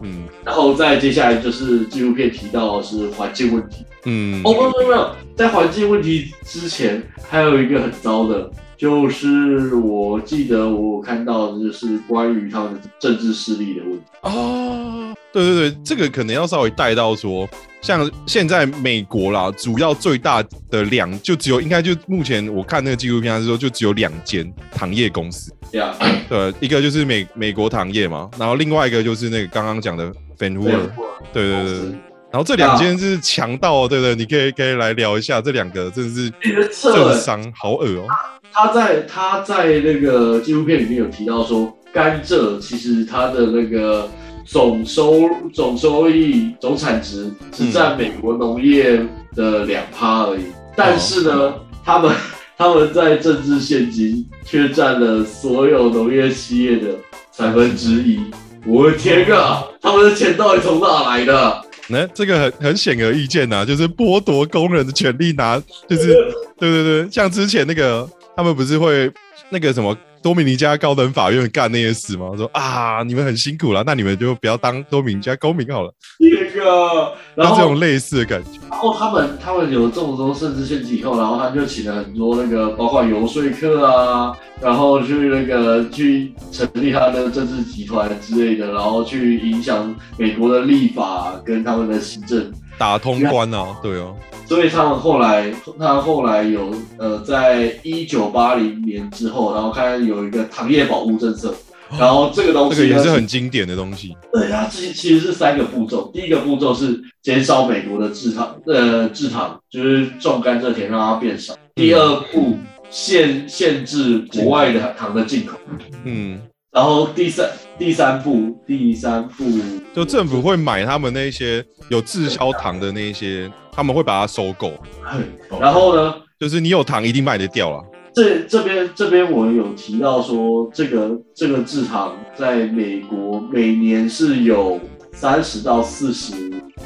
Speaker 1: 嗯
Speaker 2: 然后再接下来就是纪录片提到的是环境问题。
Speaker 1: 嗯，
Speaker 2: 哦，没有没有没有，在环境问题之前，还有一个很糟的，就是我记得我看到的就是关于他们的政治势力的问题。
Speaker 1: 哦，对对对，这个可能要稍微带到说，像现在美国啦，主要最大的两就只有应该就目前我看那个纪录片，他是说就只有两间糖业公司，
Speaker 2: 对啊，
Speaker 1: 对，一个就是美美国糖业嘛，然后另外一个就是那个刚刚讲的 Van w
Speaker 2: 对
Speaker 1: e
Speaker 2: 啊
Speaker 1: r 对对对对，然后这两间是强盗，对不对？你可以可以来聊一下这两个，真的是
Speaker 2: 这个策
Speaker 1: 政
Speaker 2: 略
Speaker 1: 商，好恶哦、
Speaker 2: 他在他在那个纪录片里面有提到说，甘蔗其实它的那个总收总收益总产值只占美国农业的两趴而已，但是呢，他们 他们在政治现金却占了所有农业企业的三分之一。我的天啊，他们的钱到底从哪来的？
Speaker 1: 那、这个很很显而易见呐、就是剥夺工人的权利拿，就是 对对对，像之前那个他们不是会那个什么多米尼加高等法院干那些事吗？说啊，你们很辛苦了，那你们就不要当多米尼加公民好了，
Speaker 2: 天啊！然
Speaker 1: 就这
Speaker 2: 后
Speaker 1: 种类似的感觉，
Speaker 2: 然后他们他们有中州甚至献祭以后，然后他们就请了很多那个包括游说客啊，然后去那个去成立他的政治集团之类的，然后去影响美国的立法跟他们的行政，
Speaker 1: 打通关啊，对哦、
Speaker 2: 所以他们后来他后来有呃在一九八零年之后，然后开始有一个糖业保护政策，然后这个东
Speaker 1: 这个
Speaker 2: 西呢
Speaker 1: 也是很经典的东西。
Speaker 2: 对，它其其实是三个步骤。第一个步骤是减少美国的制糖，呃，制糖就是种甘蔗田让它变少。第二步限限制国外的糖的进口，
Speaker 1: 嗯，
Speaker 2: 然后第三第三步第三步
Speaker 1: 就政府会买他们那些有滞销糖的那些，他们会把它收购，
Speaker 2: 然后呢，
Speaker 1: 就是你有糖一定卖得掉啊啦。
Speaker 2: 这这边这边我有提到说，这个这个制糖在美国每年是有三十到四十，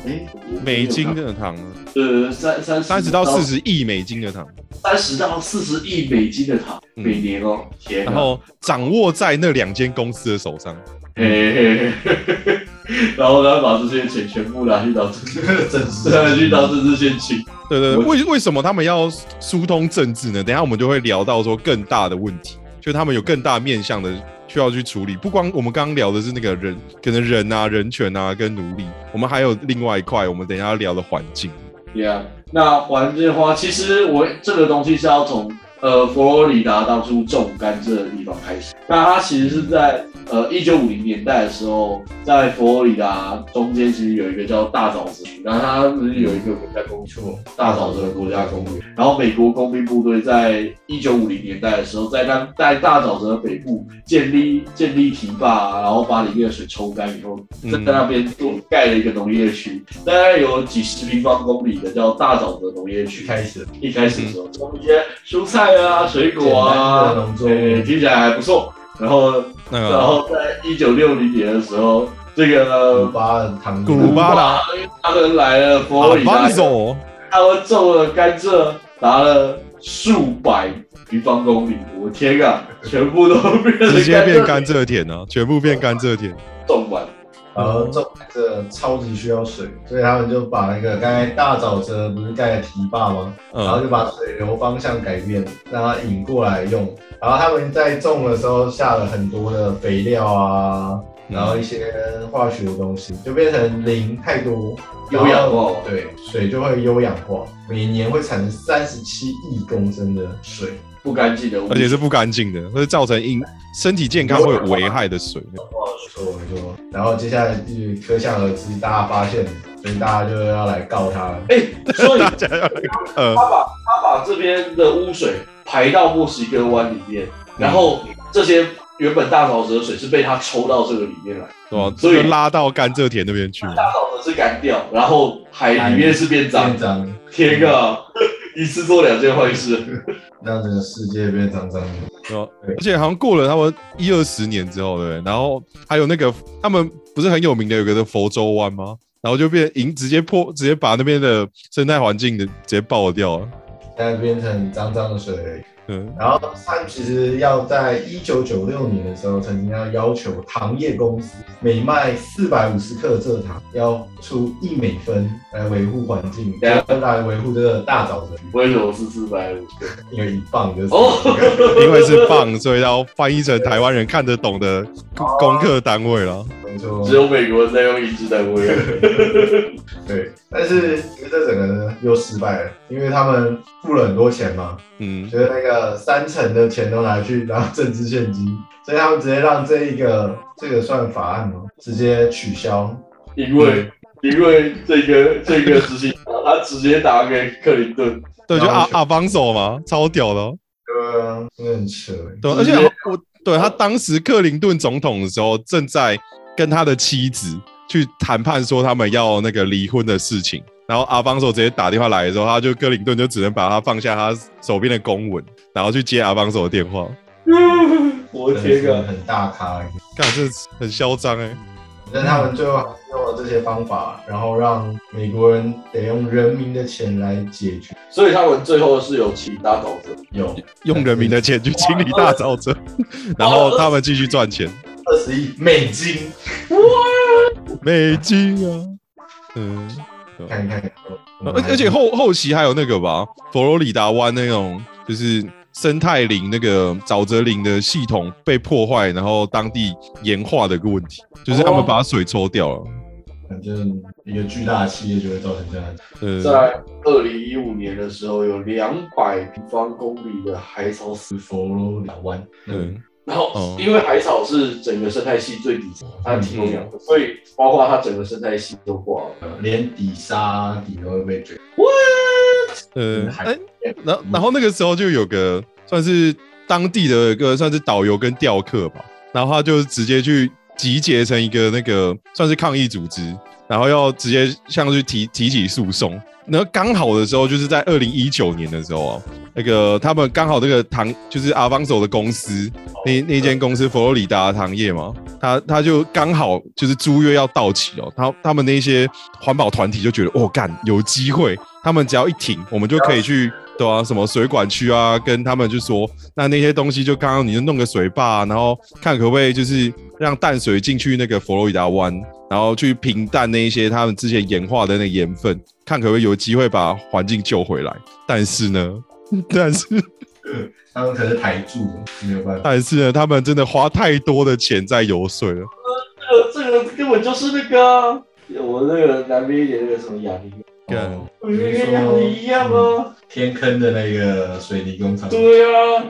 Speaker 2: 哎，我没有
Speaker 1: 美金
Speaker 2: 看
Speaker 1: 的糖，啊
Speaker 2: 呃三三
Speaker 1: 三十到四十亿美金的糖，
Speaker 2: 三十到四十亿美金的糖，
Speaker 1: 嗯
Speaker 2: 每年哦，天啊！
Speaker 1: 然后掌握在那两间公司的手上。
Speaker 2: 嘿嘿嘿嘿，然后他把这些钱全部拿去当政治，
Speaker 3: 真是
Speaker 2: 拿去当政治献金。
Speaker 1: 对对对，
Speaker 2: 我
Speaker 1: 为为什么他们要疏通政治呢？等一下我们就会聊到说更大的问题，就他们有更大面向的需要去处理。不光我们刚刚聊的是那个人，可能人啊、人权啊跟奴隶，我们还有另外一块，我们等一下要聊的环境。
Speaker 2: Yeah，那环境花其实我这个东西是要从呃佛罗里达当初种甘蔗的地方开始。那它其实是在呃一九五零年代的时候，在佛罗里达中间其实有一个叫大沼泽，然后它不是有一个国家公园
Speaker 3: 没，错，
Speaker 2: 大沼泽国家公园。然后美国工兵部队在一九五零年代的时候，在那在大沼泽北部建立建立堤坝，然后把里面的水抽干以后，
Speaker 1: 嗯
Speaker 2: 在那边做盖了一个农业区，大概有几十平方公里的叫大沼泽农业
Speaker 3: 一
Speaker 2: 区。
Speaker 3: 开始
Speaker 2: 一开始的时候，种一些蔬菜啊、水果
Speaker 3: 嗯简单的
Speaker 2: 啊，
Speaker 3: 农作
Speaker 2: 对，
Speaker 3: 物，嗯
Speaker 2: 听起来还不错。然后，
Speaker 1: 那
Speaker 2: 然
Speaker 1: 个
Speaker 2: 后在一九六零年的时候，这
Speaker 3: 古
Speaker 2: 个
Speaker 3: 巴的糖
Speaker 1: 古巴啦
Speaker 2: 他们来了佛罗
Speaker 1: 阿
Speaker 2: 里达
Speaker 1: 邦，走，
Speaker 2: 他们种了甘蔗，拿了数百平方公里，我天啊，全部都变成
Speaker 1: 直接变
Speaker 2: 甘
Speaker 1: 甘蔗田啊，全部变甘蔗田。
Speaker 2: 蔗种完。
Speaker 3: 然后种甘蔗超级需要水，所以他们就把那个刚才大沼泽不是盖了堤坝吗？然后
Speaker 1: 嗯，
Speaker 3: 就把水流方向改变，让它引过来用。然后他们在种的时候下了很多的肥料啊，
Speaker 2: 嗯
Speaker 3: 然后一些化学的东西，就变成磷太多，
Speaker 2: 优氧化
Speaker 3: 然后哦对，水就会优氧化，每年会产生三十七亿公升的水。
Speaker 2: 不干净的污
Speaker 1: 而且是不干净的，会造成因身体健康会有危害的 水。
Speaker 3: 没错没错。然后接下来就是可想而知，大家发现，所以大家就要来告他了。
Speaker 2: 哎、所以
Speaker 1: 大家要呃，
Speaker 2: 他把他把这边的污水排到墨西哥湾里面，
Speaker 3: 嗯
Speaker 2: 然后这些原本大沼泽的水是被他抽到这个里面来，
Speaker 1: 对吧？
Speaker 2: 所以
Speaker 1: 就拉到甘蔗田那边去。
Speaker 2: 大沼泽是干掉，然后海里面是变脏
Speaker 3: 变，脏，
Speaker 2: 天啊！ 一次做两件坏事，
Speaker 3: 让整个世界变脏脏的。
Speaker 1: 对吧
Speaker 3: 对
Speaker 1: 而且好像过了他们一二十年之后，对不对，然后还有那个他们不是很有名的有个佛州湾吗？然后就变赢，直接破，直接把那边的生态环境的直接爆掉了。
Speaker 3: 现在变成脏脏的水而已。
Speaker 1: 嗯，
Speaker 3: 然后他们其实要在一九九六年的时候，曾经要要求糖业公司每卖四百五十克蔗糖要出一美分来维护环境，
Speaker 2: 对啊
Speaker 3: 来维护这个大沼泽，
Speaker 2: 为什么是四百五？
Speaker 3: 因为一磅就是
Speaker 2: 哦
Speaker 1: 因为是棒，所以要翻译成台湾人看得懂的功功课单位了。
Speaker 3: 没错，
Speaker 2: 只有美国人在用一只在喂。
Speaker 3: 对。但是其实这整个呢又失败了，因为他们付了很多钱嘛，
Speaker 1: 嗯，
Speaker 3: 就是那个三成的钱都拿去当政治现金，所以他们直接让这一个这个算法案吗？直接取消，
Speaker 2: 因为因为这个这个执行长，他直接打给克林顿，
Speaker 1: 对，就
Speaker 3: 然
Speaker 1: 阿
Speaker 3: 后
Speaker 1: 阿帮手嘛，超屌的哦、
Speaker 3: 对啊，真的很扯欸。
Speaker 1: 对，而
Speaker 2: 直
Speaker 1: 且
Speaker 2: 接
Speaker 1: 我对他当时克林顿总统的时候，正在跟他的妻子去谈判，说他们要那个离婚的事情。然后阿方索直接打电话来的时候，他就克林顿就只能把他放下他手边的公文，然后去接阿方索的电话。
Speaker 2: 我的
Speaker 3: 这
Speaker 2: 天
Speaker 3: 个
Speaker 2: 啊！
Speaker 3: 很大咖欸，
Speaker 1: 看，这很嚣张哎！
Speaker 3: 但他们最后还是用了这些方法，然后让美国人得用人民的钱来解决。
Speaker 2: 所以他们最后是有请大沼泽。
Speaker 3: 有
Speaker 1: 用人民的钱去清理大沼泽， 然后他们继续赚钱，
Speaker 3: 二十亿美金，
Speaker 1: 美金啊，嗯。
Speaker 3: 看一看。
Speaker 1: 呃而而且后后期还有那个吧，佛罗里达湾那种就是生态林那个沼泽林的系统被破坏，然后当地盐化的一个问题，就是他们把水抽掉了。
Speaker 3: 反正一个巨大的企业就会造成这样的。
Speaker 1: 呃，
Speaker 2: 在二零一五年的时候，有两百平方公里的海草死，
Speaker 3: 是佛罗里达湾，
Speaker 1: 对，
Speaker 2: 然
Speaker 1: 哦
Speaker 2: 后因为海草是整个生态系最底层，它提供
Speaker 1: 嗯
Speaker 2: 养分，所以包括它整个生态系都挂了。
Speaker 3: 连底沙底都会被追。
Speaker 1: 呃，
Speaker 3: 海
Speaker 1: 哎，然后然后那个时候就有个算是当地的一个算是导游跟钓客吧，然后他就直接去集结成一个那个算是抗议组织，然后要直接像去提提起诉讼。然后刚好的时候就是在二零一九年的时候啊，那个他们刚好这个糖就是阿方索的公司，那那间公司佛罗里达糖业嘛，他他就刚好就是租约要到期哦，他他们那些环保团体就觉得哦干有机会，他们只要一停，我们就可以去对啊什么水管区啊，跟他们就说那那些东西就刚刚你就弄个水坝，然后看可不可以就是让淡水进去那个佛罗里达湾，然后去平淡那一些他们之前盐化的那个盐分，看可不可以有机会把环境救回来。但是呢， 但是
Speaker 3: 他们可是台柱，没有办法。
Speaker 1: 但是呢，他们真的花太多的钱在游说了。
Speaker 2: 这个这个根本就是那个啊我那个南边一点那个什么雅尼，
Speaker 1: 干
Speaker 3: 哦
Speaker 2: 我觉得跟雅尼一样啊。
Speaker 1: 嗯
Speaker 3: 天坑的那个水泥工厂，
Speaker 2: 对啊，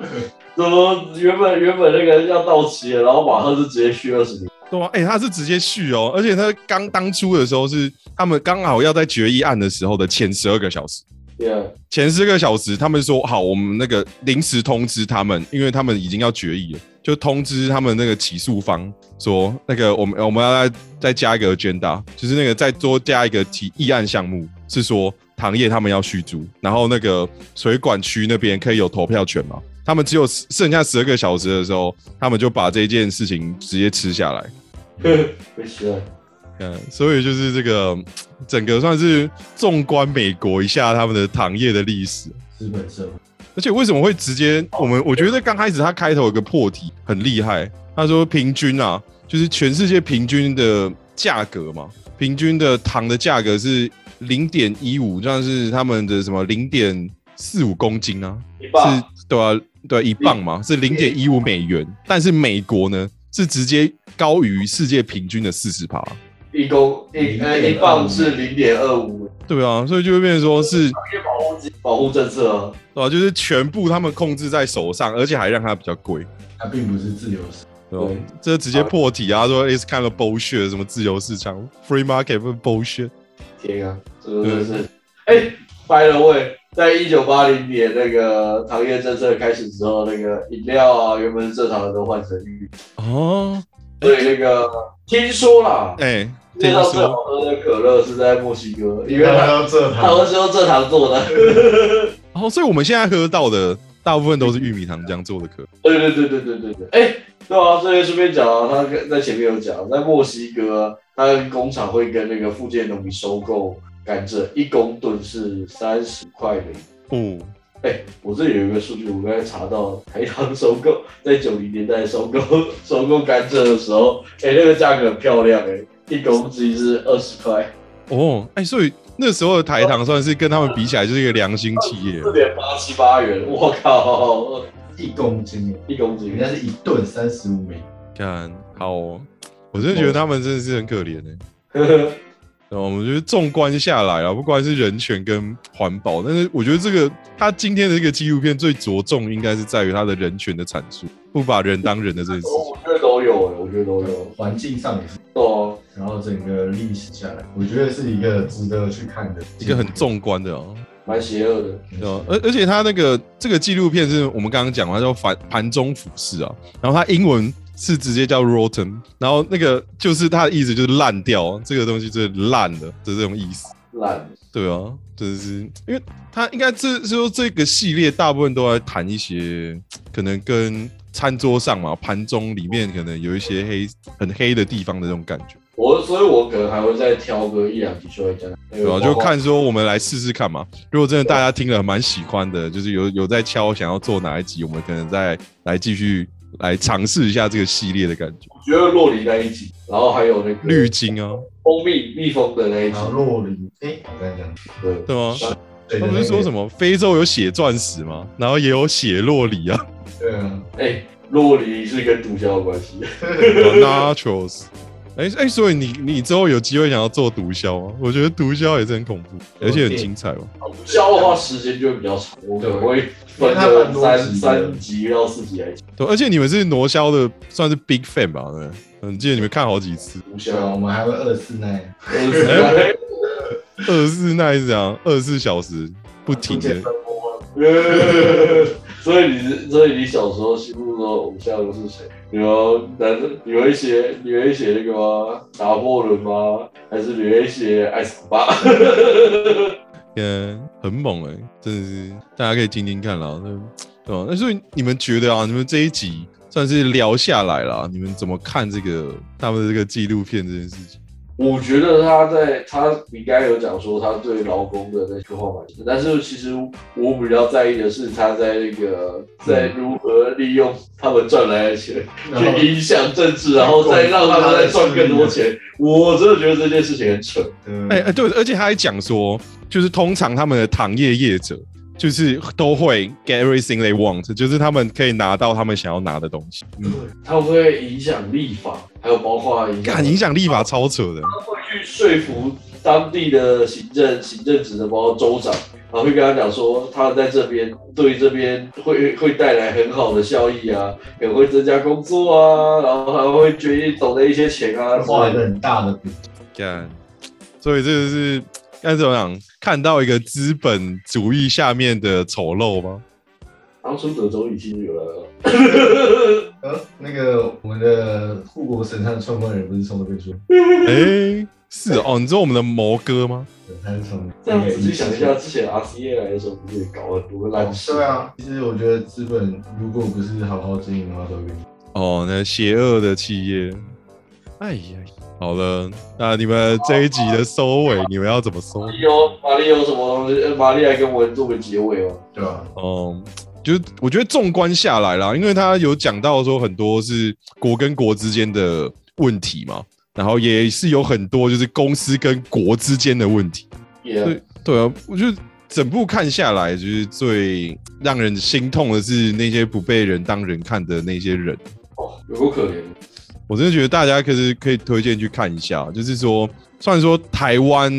Speaker 2: 怎么原本原本那个要到期了，然后马上就直接续二十年？
Speaker 1: 对啊，哎、他是直接续哦，而且他刚当初的时候是他们刚好要在决议案的时候的前十二个小时，
Speaker 2: 对啊，
Speaker 1: 前十个小时他们说好，我们那个临时通知他们，因为他们已经要决议了，就通知他们那个起诉方说，那个我们我们要再再加一个 agenda，就是那个再多加一个提议案项目，是说糖业他们要续租，然后那个水管区那边可以有投票权嘛？他们只有剩下十二个小时的时候，他们就把这件事情直接吃下来。
Speaker 2: 没事啊。
Speaker 1: 嗯，所以就是这个 整个算是纵观美国一下他们的 糖业的历史，
Speaker 3: 资本社会。
Speaker 1: 而且为什么会直接我们？我觉得刚开始他开头有个破题很厉害，他说平均啊，就是全世界平均的价格嘛，平均的糖的价格是零点一五，像是他们的什么零点四五公斤啊，
Speaker 2: 你爸
Speaker 1: 是对啊，对啊一磅嘛，是零点一五美元，但是美国呢是直接高于世界平均的四十趴。
Speaker 2: 一公一呃一磅是零点二五，
Speaker 1: 对啊，所以就会变成说是，
Speaker 2: 因为保护保护政策啊。
Speaker 1: 对吧、就是全部他们控制在手上，而且还让它比较贵，
Speaker 3: 它并不是自由市，
Speaker 1: 对吧
Speaker 2: 对？
Speaker 1: 这直接破题啊，说 is kind of bullshit，什么自由市场 free market 不是 bullshit，
Speaker 2: 天啊，这个真的是，哎、by the way，在一九八零年那个糖业政策开始之后，那个饮料啊，原本是正常的都换成绿，
Speaker 1: 哦，
Speaker 2: 所以那个听说啦，
Speaker 1: 哎、
Speaker 2: 世界
Speaker 1: 听
Speaker 2: 上最
Speaker 1: 说
Speaker 2: 好喝的可乐是在墨西哥，因
Speaker 3: 因
Speaker 2: 为
Speaker 3: 为 它
Speaker 2: 它
Speaker 3: 要蔗
Speaker 2: 它
Speaker 3: 糖，
Speaker 2: 喝是用蔗糖做的。
Speaker 1: 哦，所以我们现在喝到的大部分都是玉米糖浆做的可，
Speaker 2: 对对对对对对对，哎、对啊，这个顺便讲啊，他跟在前面有讲，在墨西哥，啊他工厂会跟那个附近的农民收购甘蔗，一公吨是三十块美金。
Speaker 1: 哦，
Speaker 2: 哎、我这里有一个数据，我刚才查到台糖收购在九零年代收购收购甘蔗的时候，哎、那个价格很漂亮哎、一公斤是二十块，
Speaker 1: 哦，哎、所以那时候的台糖算是跟他们比起来就是一个良心企业
Speaker 2: 四点八七八元，我靠，
Speaker 3: 一公斤，
Speaker 2: 一公斤
Speaker 3: 人家是一吨三十五美，
Speaker 1: 看好、哦，我真的觉得他们真的是很可怜 哎、
Speaker 2: 呵呵，
Speaker 1: 对吧我们觉得纵观下来啊，不管是人权跟环保，但是我觉得这个他今天的这个纪录片最着重应该是在于他的人权的阐述，不把人当人的这件事情。
Speaker 2: 我觉得都有哎、我觉得都有，
Speaker 3: 环境上也是，
Speaker 2: 哦，
Speaker 3: 然后整个历史下来，我觉得是一个值得去看的，
Speaker 1: 一个很，纵观的哦，
Speaker 2: 蛮邪恶的，
Speaker 1: 对吧而而且他那个这个纪录片是我们刚刚讲完叫盘盘中俯视啊，然后他英文是直接叫 rotten，然后那个就是他的意思就是烂掉，这个东西就是烂的，就是这种意思。
Speaker 2: 烂，
Speaker 1: 对啊，真的是，因为他应该这是说这个系列大部分都在谈一些可能跟餐桌上嘛，盘中里面可能有一些黑很黑的地方的那种感觉，
Speaker 2: 我所以，我可能还会再挑个一两集出来讲，那
Speaker 1: 对
Speaker 2: 个
Speaker 1: 吧、
Speaker 2: 包
Speaker 3: 嗯
Speaker 2: 括
Speaker 1: 就看说我们来试试看嘛。如果真的大家听了蛮喜欢的，就是有有在敲想要做哪一集，我们可能再来继续来尝试一下这个系列的感觉。
Speaker 2: 我觉得洛梨那一集，然后还有那个
Speaker 1: 滤镜啊，
Speaker 2: 蜂蜜蜜蜂的那一集
Speaker 3: 然，后洛林，哎，我刚才讲
Speaker 2: 对，
Speaker 1: 对吗？
Speaker 3: 对
Speaker 1: 他
Speaker 3: 的，
Speaker 1: 不是说什
Speaker 3: 么？
Speaker 1: 么非洲有血钻石嘛，然后也有血洛里啊
Speaker 3: 对啊，
Speaker 2: 哎、洛梨是跟毒枭有关系。
Speaker 1: ，Naturals。哎哎、所以你你之后有机会想要做毒枭吗？我觉得毒枭也是很恐怖，而且很精彩哦。
Speaker 2: 消化时间就会比较长，我可能会分个三三集到四集来讲。
Speaker 1: 对，而且你们是挪枭的，算是 big fan 吧？对，嗯，记得你们看好几次。
Speaker 2: 无
Speaker 3: 对啊，
Speaker 2: 效
Speaker 3: 我，们还会二四奈，
Speaker 1: 二十四那一场，二十四小时不停
Speaker 3: 逐
Speaker 1: 的
Speaker 3: 渐。分拨
Speaker 2: 所以你是，所以你小时候心目中的偶像都是谁？你有男，你会写，你会写那个吗？拿破仑吗？还是你会写爱死吧？
Speaker 1: 嗯，很猛哎、真的是，大家可以听听看啦，嗯对吧、那所以你们觉得啊，你们这一集算是聊下来啦，你们怎么看这个他们的这个纪录片这件事情？
Speaker 2: 我觉得他在他你刚才有讲说他对劳工的那句话嘛，但是其实我比较在意的是他在那个在如何利用他们赚来的钱。
Speaker 3: 然后
Speaker 2: 去影响政治，然后再让他们再赚更多钱。我真的觉得这件事情很蠢。
Speaker 1: 哎、
Speaker 3: 对
Speaker 1: 哎，对，而且他还讲说，就是通常他们的糖业业者就是都会 get everything they want，就是他们可以拿到他们想要拿的东西。嗯
Speaker 2: 他会影响立法，还有包括影响
Speaker 1: 干影响立法超扯的，
Speaker 2: 会去说服当地的行政行政职的，包括州长，然后会跟他讲说，他在这边对这边会会带来很好的效益啊，也会增加工作啊，然后还会捐一走的一些钱啊，
Speaker 3: 画一个很大的饼。
Speaker 1: 干，所以这个是该怎么讲？看到一个资本主义下面的丑陋吗？
Speaker 2: 当初德州已经有了，
Speaker 3: 呃，那个我们的护国神山的创办人不是从这边出，
Speaker 1: 哎、是哦，你知道我们的摩哥吗？
Speaker 3: 对他是从
Speaker 2: 这样仔
Speaker 3: 自己
Speaker 2: 细想一下，之前 RCA 来的时候，不是也搞很多烂事？
Speaker 3: 对，啊，其实我觉得资本如果不是好好经营的话，都会变。
Speaker 1: 哦，那邪恶的企业。哎呀，好了，那你们这一集的收尾，你们要怎么收
Speaker 2: 马？里奥，马里有什么东西？呃马里来跟我们做个结尾哦。
Speaker 3: 对啊吧？
Speaker 1: 哦、就是我觉得纵观下来啦，因为他有讲到说很多是国跟国之间的问题嘛，然后也是有很多就是公司跟国之间的问题。
Speaker 2: 也、
Speaker 1: 对对啊，我觉得整部看下来，就是最让人心痛的是那些不被人当人看的那些人。
Speaker 2: 哦，有够可怜。
Speaker 1: 我真的觉得大家可是可以推荐去看一下，哦就是说，虽然说台湾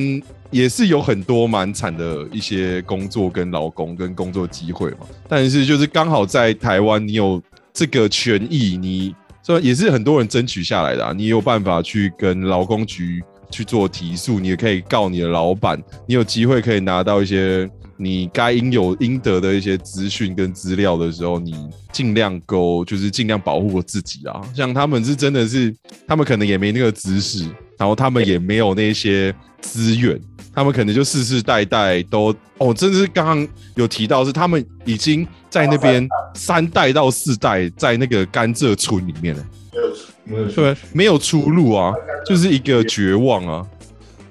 Speaker 1: 也是有很多蛮惨的一些工作跟劳工跟工作机会嘛，但是就是刚好在台湾你有这个权益，你虽然也是很多人争取下来的、啊，你有办法去跟劳工局去做提诉，你也可以告你的老板，你有机会可以拿到一些你该应有应得的一些资讯跟资料的时候，你尽量够就是尽量保护我自己啊。像他们是真的是，他们可能也没那个知识，然后他们也没有那些资源，他们可能就世世代代都哦，真的是刚刚有提到是他们已经在那边三代到四代在那个甘蔗村里面了。
Speaker 3: 没有没有
Speaker 1: 对，没有出路啊，就是一个绝望啊。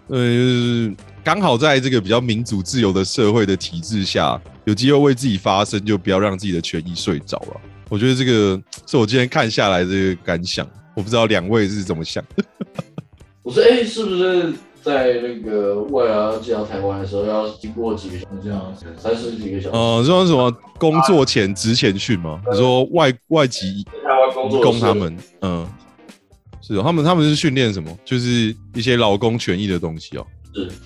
Speaker 1: 呃，就是刚好在这个比较民主自由的社会的体制下，有机会为自己发声，就不要让自己的权益睡着了。我觉得这个是我今天看下来的这个感想，我不知道两位是怎么想的。
Speaker 2: 我说，哎、是不是在那个未来要寄到台湾的时候，要经过几个小时，
Speaker 3: 这样子。
Speaker 2: 三十几个小时？
Speaker 1: 呃，说什么工作前职前训吗？你说外外籍
Speaker 2: 在台湾工
Speaker 1: 移
Speaker 2: 作
Speaker 1: 工
Speaker 2: 的
Speaker 1: 他们，嗯，是哦他们他们是训练什么？就是一些劳工权益的东西哦。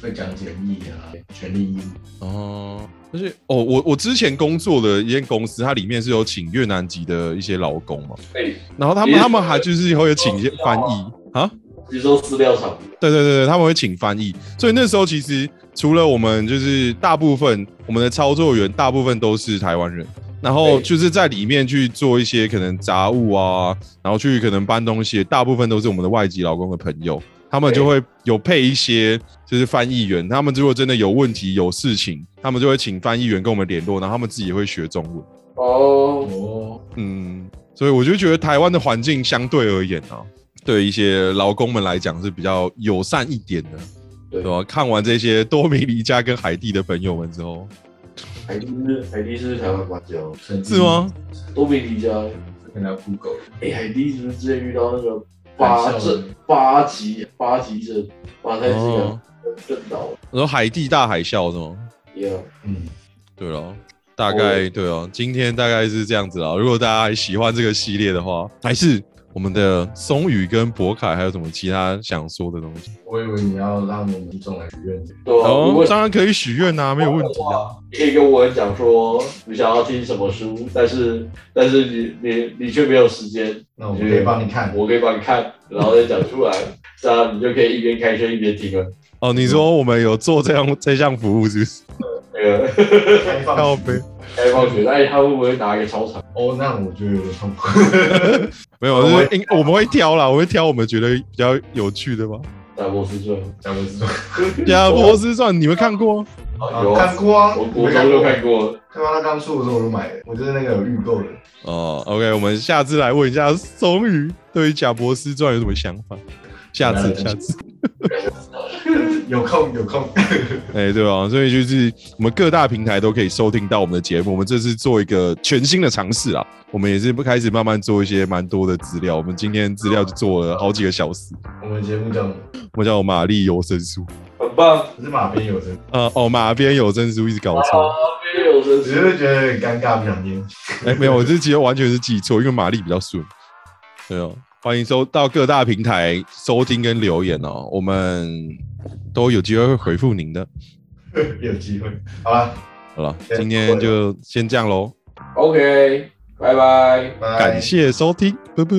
Speaker 3: 会讲简易啊，权利义务，
Speaker 1: 哦，而且哦，我我之前工作的一间公司，它里面是有请越南籍的一些劳工嘛，
Speaker 2: 是，哎，
Speaker 1: 然后他们
Speaker 2: 也是
Speaker 1: 他们还就是会有请一些翻译啊，
Speaker 2: 比如说饲料厂，
Speaker 1: 对对对对，他们会请翻译，所以那时候其实除了我们就是大部分我们的操作员大部分都是台湾人。然后
Speaker 2: 对
Speaker 1: 就是在里面去做一些可能杂物啊，然后去可能搬东西，大部分都是我们的外籍劳工的朋友，他们就会有配一些就是翻译员，他们如果真的有问题有事情，他们就会请翻译员跟我们联络，然后他们自己也会学中文。
Speaker 2: 哦，
Speaker 3: 哦，
Speaker 1: 嗯，所以我就觉得台湾的环境相对而言啊，对一些劳工们来讲是比较友善一点的，
Speaker 2: 对
Speaker 1: 对吧？看完这些多米尼加跟海地的朋友们之后，
Speaker 2: 海地是海地是台湾管教，
Speaker 3: 甚至
Speaker 1: 是吗？？
Speaker 2: 多米尼加，
Speaker 3: 跟他 Google
Speaker 2: 哎，海地是不是之前遇到那个巴这巴吉巴吉这巴泰是一个
Speaker 1: 哦，
Speaker 2: 震倒了，
Speaker 1: 然后海地大海啸是吗？
Speaker 2: 一样。
Speaker 3: 嗯，
Speaker 1: 对了。大概对哦，今天大概是这样子啊。如果大家还喜欢这个系列的话，还是我们的松宇跟博凯还有什么其他想说的东西？
Speaker 3: 我以为你要让我们众来许愿的，
Speaker 2: 对啊，如
Speaker 1: 哦
Speaker 2: 果，
Speaker 1: 当然可以许愿呐，没有问题啊。
Speaker 2: 你可以跟我讲说你想要听什么书，但是但是你你你却没有时间，
Speaker 3: 那我们可以帮你看。
Speaker 2: 我可以帮你看，然后再讲出来，这样你就可以一边开车一边听了。
Speaker 1: 哦，你说我们有做这样这项服务是不是？
Speaker 2: 那个
Speaker 3: 开 放
Speaker 1: 靠
Speaker 3: 式
Speaker 1: 背。
Speaker 2: 开放学，哎，他会不会拿一个操场？
Speaker 3: 哦，那我觉得有点痛苦。
Speaker 1: 没有，就是应我们会挑啦，我会挑我们觉得比较有趣的吧。
Speaker 2: 大波斯传，
Speaker 3: 讲不是说，
Speaker 1: 《亚波斯传》嗯你们看过吗？
Speaker 3: 啊
Speaker 2: 有啊
Speaker 3: 看，过啊，
Speaker 2: 我国中就看过了。
Speaker 3: 对吧？他刚出的时候我就买了，我就是那个有预购的。
Speaker 1: 哦，OK，我们下次来问一下松宇对于《贾博士传》有什么想法。下次，下次，
Speaker 3: 有空有空，
Speaker 1: 哎、对啊，所以就是我们各大平台都可以收听到我们的节目。我们这次做一个全新的尝试啊，我们也是开始慢慢做一些蛮多的资料。我们今天资料就做了好几个小时，
Speaker 3: 我们节目叫什么？
Speaker 1: 我叫玛丽有声书，
Speaker 2: 很棒，
Speaker 3: 不是马边有声，
Speaker 1: 呃，哦，马边有声书一直搞错。
Speaker 2: 非有声
Speaker 3: 只是觉得很尴尬，不想念。
Speaker 1: 哎、没有，我这集完全是记错，因为玛丽比较顺。对哦，欢迎收到各大平台收听跟留言哦，我们都有机会会回复您的。
Speaker 3: 有机会，好吧，
Speaker 1: 好了，
Speaker 3: 对
Speaker 1: 今天就先这样喽，
Speaker 2: OK，拜拜。
Speaker 3: 拜
Speaker 1: 感谢收听，啵啵。